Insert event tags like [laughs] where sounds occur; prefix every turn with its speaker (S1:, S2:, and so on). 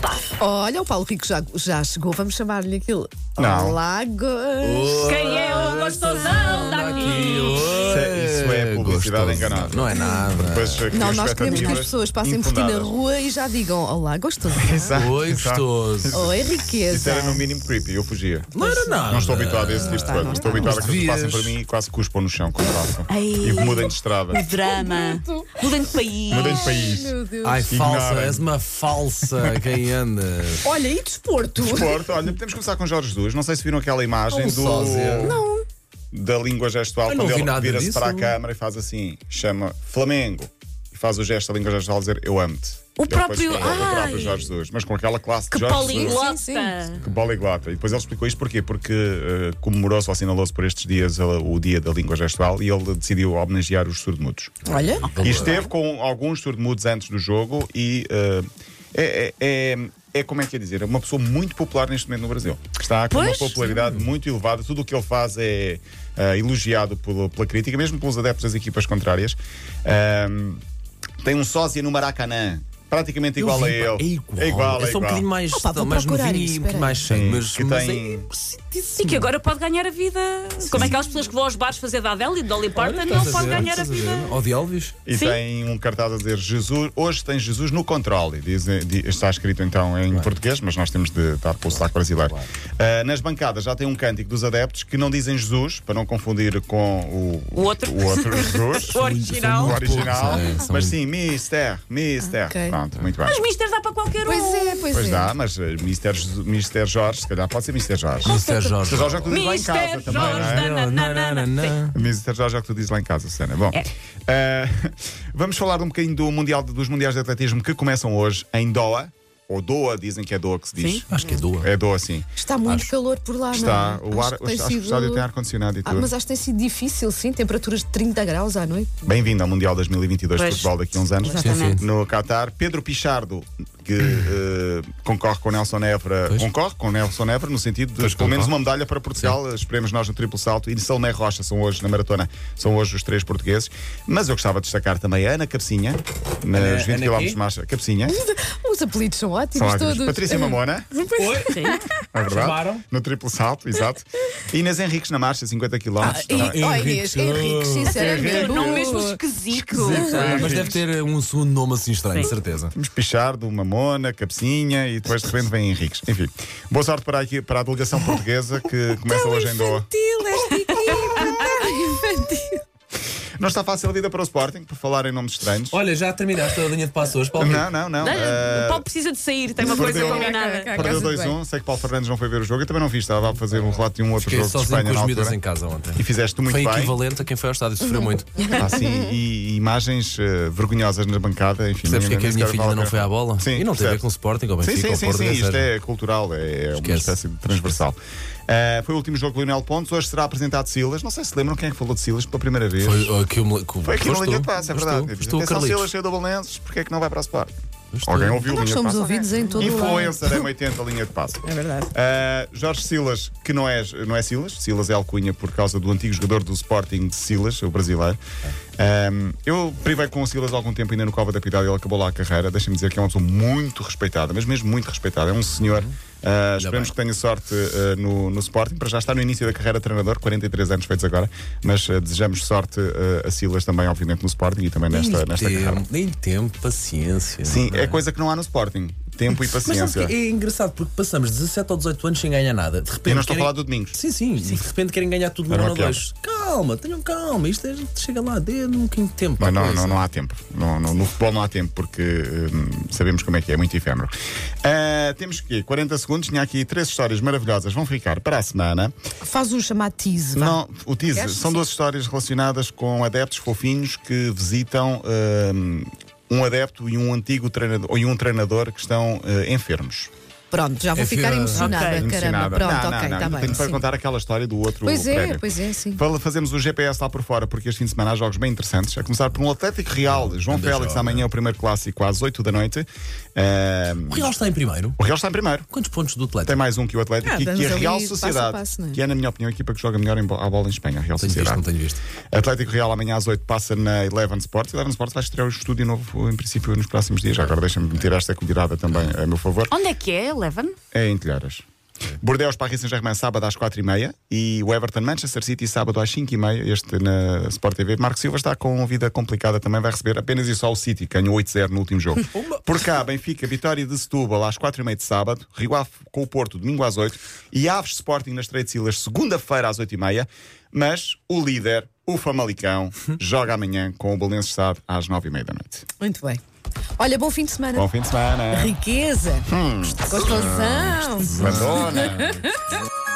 S1: passa.
S2: Olha, o Paulo Rico já, já chegou, vamos chamar-lhe aquilo.
S3: Não. Oh,
S2: Olá, go...
S1: Quem é o gostosão daqui?
S3: Isso é, isso é publicidade
S4: Gostoso.
S3: enganada.
S4: Não é nada.
S3: Depois aqui
S2: Não,
S3: as
S2: nós queremos que as
S3: expectativas
S2: pessoas passem por ti na
S3: infundadas.
S2: rua e já digam: Olá,
S3: [laughs]
S2: gostoso.
S3: Exato,
S4: Oi,
S3: exato.
S4: gostoso.
S2: Oi,
S3: Isso
S2: riqueza.
S3: era no mínimo creepy, eu fugia.
S4: Não era nada.
S3: Não estou habituado a esse tipo de
S2: está,
S3: coisa.
S2: Tá, não
S3: Não estou
S2: está.
S3: habituado a que as pessoas
S4: Devias.
S3: passem para mim e quase cuspam no chão quando passam.
S1: Ai.
S3: E mudem de estrada.
S1: O drama. Mudem de país.
S3: Mudem de país.
S2: Meu Deus.
S4: Ai, falsa,
S3: Ignorem.
S4: és uma falsa. Quem andas?
S2: Olha, e desporto?
S3: Desporto, olha, podemos começar com Jorge Jesus. Não sei se viram aquela imagem
S4: Um
S3: do.
S4: sósia.
S2: Não.
S3: Da língua gestual,
S4: Eu não
S3: quando
S4: vi
S3: ele
S4: nada
S3: vira-se
S4: disso.
S3: para a câmara e faz assim, chama Flamengo. E faz o gesto da língua gestual a dizer eu amo-te.
S1: O
S3: E ele depois
S1: próprio-
S3: fala, O próprio
S1: Ai.
S3: Jorge Jesus, mas com aquela classe
S1: Que
S3: de Jorge Jesus.
S1: poliglota.
S2: Sim, sim.
S3: Que bola iguata. E depois ele explicou isto porquê? Porque eh, comemorou-se ou assinalou-se por estes dias eh, o Dia da Língua Gestual e ele decidiu homenagear os surdo-mudos.
S2: Olha,
S3: E esteve com alguns surdo-mudos antes do jogo e eh, é, é- é- é como é que é dizer? É uma pessoa muito popular neste momento no Brasil. Está com
S1: Pois.
S3: uma popularidade muito elevada. Tudo o que ele faz é eh, elogiado pela, pela crítica, mesmo pelos adeptos das equipas contrárias. Ahm, tem um sósia no Maracanã, praticamente igual a
S4: Eu
S3: ele.
S4: vi, pá, É igual.
S3: É igual,
S4: é
S3: é
S4: só um
S3: igual.
S4: bocadinho mais,
S2: Opa, vou
S4: mais
S2: procurar
S4: novinho
S2: isso,
S4: e um
S2: espera
S4: bocadinho mais cheio, mas,
S3: que
S4: mas
S3: tem-
S4: é
S1: E que agora pode ganhar a vida. Como é aquelas pessoas que vão aos bares fazer da Adele e do Dolly Parton não
S4: Estás a
S1: pode
S4: ver?
S1: ganhar a
S4: Estás ver?
S1: vida.
S4: Ou de Elvis?
S3: E
S1: Sim.
S3: tem um cartaz a dizer Jesus, hoje tem Jesus no controle. Diz- di- está escrito então em português, mas nós temos de dar pelo sotaque brasileiro. Ah, nas bancadas já tem um cântico dos adeptos que não dizem Jesus, para não confundir com o,
S1: O outro. [laughs]
S3: Jesus.
S1: O original.
S3: O original.
S4: São poucos, é, são
S3: mas sim, Mister, Mister.
S2: Ok.
S3: Pronto, muito bem.
S1: Mas Mister dá para qualquer um.
S2: pois é, pois,
S3: Pois
S2: é.
S3: dá, mas eh, Mister, Jesus- Mister Jorge, se calhar pode ser Mister Jorge.
S4: Mr. Jorge.
S3: Mister Jorge é o que tu dizes lá em casa
S1: Mister
S3: também, não é?
S1: Jorge.
S4: Não, não, não, não.
S3: Mister Jorge é o que tu dizes lá em casa, Susana. Bom,
S1: É.
S3: eh, vamos falar um bocadinho do mundial, dos Mundiais de Atletismo que começam hoje em Doha, ou Doa, dizem que é Doa que se diz.
S1: Sim.
S4: Acho que é doa.
S3: É Doa, sim.
S2: Está muito calor por lá,
S3: Está,
S2: não é?
S3: o ar,
S2: Acho que
S3: acho,
S2: tem
S3: que o
S2: sido-
S3: estádio tem ar-condicionado e
S2: Ah,
S3: tudo.
S2: mas acho que tem sido difícil, sim, temperaturas de 30 graus à noite.
S3: Bem-vindo ao Mundial 2022 de
S1: Pois.
S3: futebol daqui a uns anos.
S1: Exatamente.
S3: No Qatar, Pedro Pichardo, que eh, concorre com Nelson Évora,
S4: Pois.
S3: concorre com Nelson Évora no sentido de
S4: Pois,
S3: pelo menos
S4: concorre.
S3: uma medalha para Portugal, esperemos nós no triplo salto, e Salomé Rocha são hoje na maratona, são hoje os três portugueses. Mas eu gostava de destacar também a Ana Cabecinha, nos
S4: Ana-
S3: 20
S4: Ana
S3: km
S4: quê?
S3: de marcha. Cabecinha,
S2: Os apelidos são ótimos
S3: são ótimos.
S2: todos.
S3: Patrícia Mamona.
S4: Oi?
S1: Sim.
S3: É verdade.
S4: Chamaram?
S3: No triplo salto, exato. E Inês Henriques na marcha, 50 km.
S2: Ah, e,
S3: também.
S2: oh,
S4: Henrique,
S2: Inês,
S3: Ah,
S2: Henrique, sinceramente. é
S1: Num mesmo esquisito.
S4: Ah, mas deve ter um segundo nome assim estranho,
S1: Sim.
S4: certeza.
S3: Temos Pichardo, Mamona, Cabecinha e depois de repente vem Henriques. Enfim, boa sorte para a, equi- para a [laughs] delegação portuguesa que começa
S2: Tão
S3: hoje em Doha.
S2: infantil esta equipa, tão
S3: [laughs]
S2: infantil.
S3: Não está fácil a vida para o Sporting, por falar em nomes estranhos.
S4: Olha, já terminaste a linha de passos hoje, Paulo?
S3: Não, não, não.
S1: Olha,
S3: Ah,
S1: O Paulo precisa de sair, tem uma coisa
S3: Perdeu.
S1: combinada.
S2: Ok, ok.
S3: Perdeu
S2: Casa de
S3: 2-1. Sei que Paulo Fernandes não foi ver o jogo. Eu também não vi, estava a fazer um relato de um outro
S4: Fiquei
S3: jogo de
S4: sozinho
S3: Espanha
S4: com
S3: na
S4: as miúdas
S3: altura.
S4: em casa ontem.
S3: E fizeste muito
S4: Foi
S3: bem.
S4: equivalente a quem foi ao estádio e sofreu muito.
S3: Ah, sim, e, e imagens eh, vergonhosas na bancada. Enfim,
S4: Percebes
S3: nem-
S4: que é
S3: nem
S4: que a minha
S3: sequer
S4: filha
S3: vale
S4: ainda
S3: a pena.
S4: não foi à bola?
S3: Sim,
S4: e não tem a
S3: percebe.
S4: ver com o Sporting ou
S3: Sim, sim,
S4: Benfica ou
S3: sim,
S4: Porto,
S3: sim,
S4: nem
S3: isto
S4: seja.
S3: é cultural, é uma
S4: Esquece.
S3: espécie de transversal. Uh, foi o último jogo do Lionel Pontes, hoje será apresentado Silas. Não sei se lembram quem é que falou de Silas pela primeira vez.
S4: Foi ó, que o mole- que o-
S3: Foi aqui no
S4: foste
S3: Linha
S4: tu,
S3: de Passe, é
S4: foste
S3: verdade.
S4: tu, foste tu,
S3: Atenção, Silas
S4: Carlitos.
S3: cheio do Balenços, porque é que não vai para a Sport?
S4: Foste
S3: Alguém
S4: tu.
S3: ouviu
S2: Nós
S3: Linha
S2: somos
S3: de Passe?
S2: ouvidos em todo
S3: Influencer é em 80 Linha de Passe.
S2: É verdade.
S3: Uh, Jorge Silas, que não é, não é Silas, Silas é alcunha por causa do antigo jogador do Sporting de Silas, o brasileiro. Um, eu privei com o Silas há algum tempo ainda no Cova da Piedade, ele acabou lá a carreira. Deixa-me dizer que é uma pessoa muito respeitada, mas mesmo muito respeitada. É um senhor. Uh, esperemos
S4: bem.
S3: que tenha sorte uh, no, no Sporting. Para já está no início da carreira de treinador, 43 anos feitos agora, mas uh, desejamos sorte uh, a Silas também, obviamente, no Sporting e também nesta,
S4: Nem
S3: nesta carreira.
S4: tempo, nem tempo, paciência.
S3: Sim,
S4: não
S3: é coisa que não há no Sporting: tempo e
S4: Mas
S3: paciência.
S4: sabes que é engraçado porque passamos 17 ou 18 anos sem ganhar nada. De repente.
S3: Eu não estou a
S4: querem-
S3: falar do Domingos.
S4: Sim, sim, De repente querem ganhar tudo
S3: Era
S4: no
S3: uma
S4: ano
S3: piada.
S4: 2. Calma, tenham calma. Isto é, chega lá, dê um bocadinho de tempo. à
S3: Mas não,
S4: coisa.
S3: não, não há tempo. Não, não- no futebol não há tempo, porque hum, sabemos como é que é, é muito efêmero. Ah, temos que 40 segundos, tinha aqui três histórias maravilhosas, vão ficar para a semana.
S2: Faz um chamado tease, vá.
S3: Não, o teaser,
S2: Queres?
S3: são duas histórias relacionadas com adeptos fofinhos que visitam. hum, um adepto e um antigo treinador, ou e um treinador que estão eh, enfermos.
S2: Pronto, já vou
S4: É
S2: ficar
S4: fila-
S2: emocionada.
S1: Ok.
S2: Caramba,
S3: Emocionada.
S2: pronto,
S3: Não, não,
S2: ok, está
S3: não, ainda
S2: bem.
S3: Tenho para
S2: sim.
S3: contar aquela história do outro.
S2: Pois é,
S3: prémio.
S2: pois é, sim.
S3: Fala- Fazemos o GPS lá por fora, porque este fim de semana há jogos bem interessantes. A começar por um Atlético Real. João
S4: grande
S3: Félix,
S4: jogo,
S3: amanhã é o primeiro clássico às 8 da noite. Ahm,
S4: O Real está em primeiro.
S3: o Real está em primeiro.
S4: Quantos pontos do
S3: Tem
S4: Atlético?
S3: mais um que o Atlético
S2: Ah,
S3: e que
S2: damos
S3: a
S2: ali
S3: Real
S2: passo a
S3: Sociedade,
S2: passo, não é?
S3: que é, na minha opinião, a equipa que joga melhor em bo- à bola em Espanha, a Real
S4: Tenho visto,
S3: Sociedade.
S4: não tenho visto.
S3: Atlético Real amanhã às 8 passa na Eleven Sports. Eleven Sports vai estrear o estúdio novo, em princípio, nos próximos dias. Já Agora deixa-me meter esta colherada também a meu favor.
S1: Onde é que é, Eleven?
S3: É em Telheiras. Bordeaux Paris Saint-Germain sábado às 4h30 e o Everton Manchester City sábado às 5h30, este na Sport TV. Marco Silva está com vida complicada, também vai receber apenas e só o City, que ganhou 8-0 no último jogo. Por cá, Benfica, vitória de Setúbal às 4h30 de sábado, Rio Ave com o Porto, domingo às 8 e Aves Sporting nas Três Silas, segunda-feira às 8h30. Mas o líder, o Famalicão, joga amanhã com o Belenenses Sade às 9h30 da noite.
S2: Muito bem. Olha, bom fim de semana.
S3: Bom Hum. fim de semana.
S2: Riqueza. Gostosão.
S3: Bandona.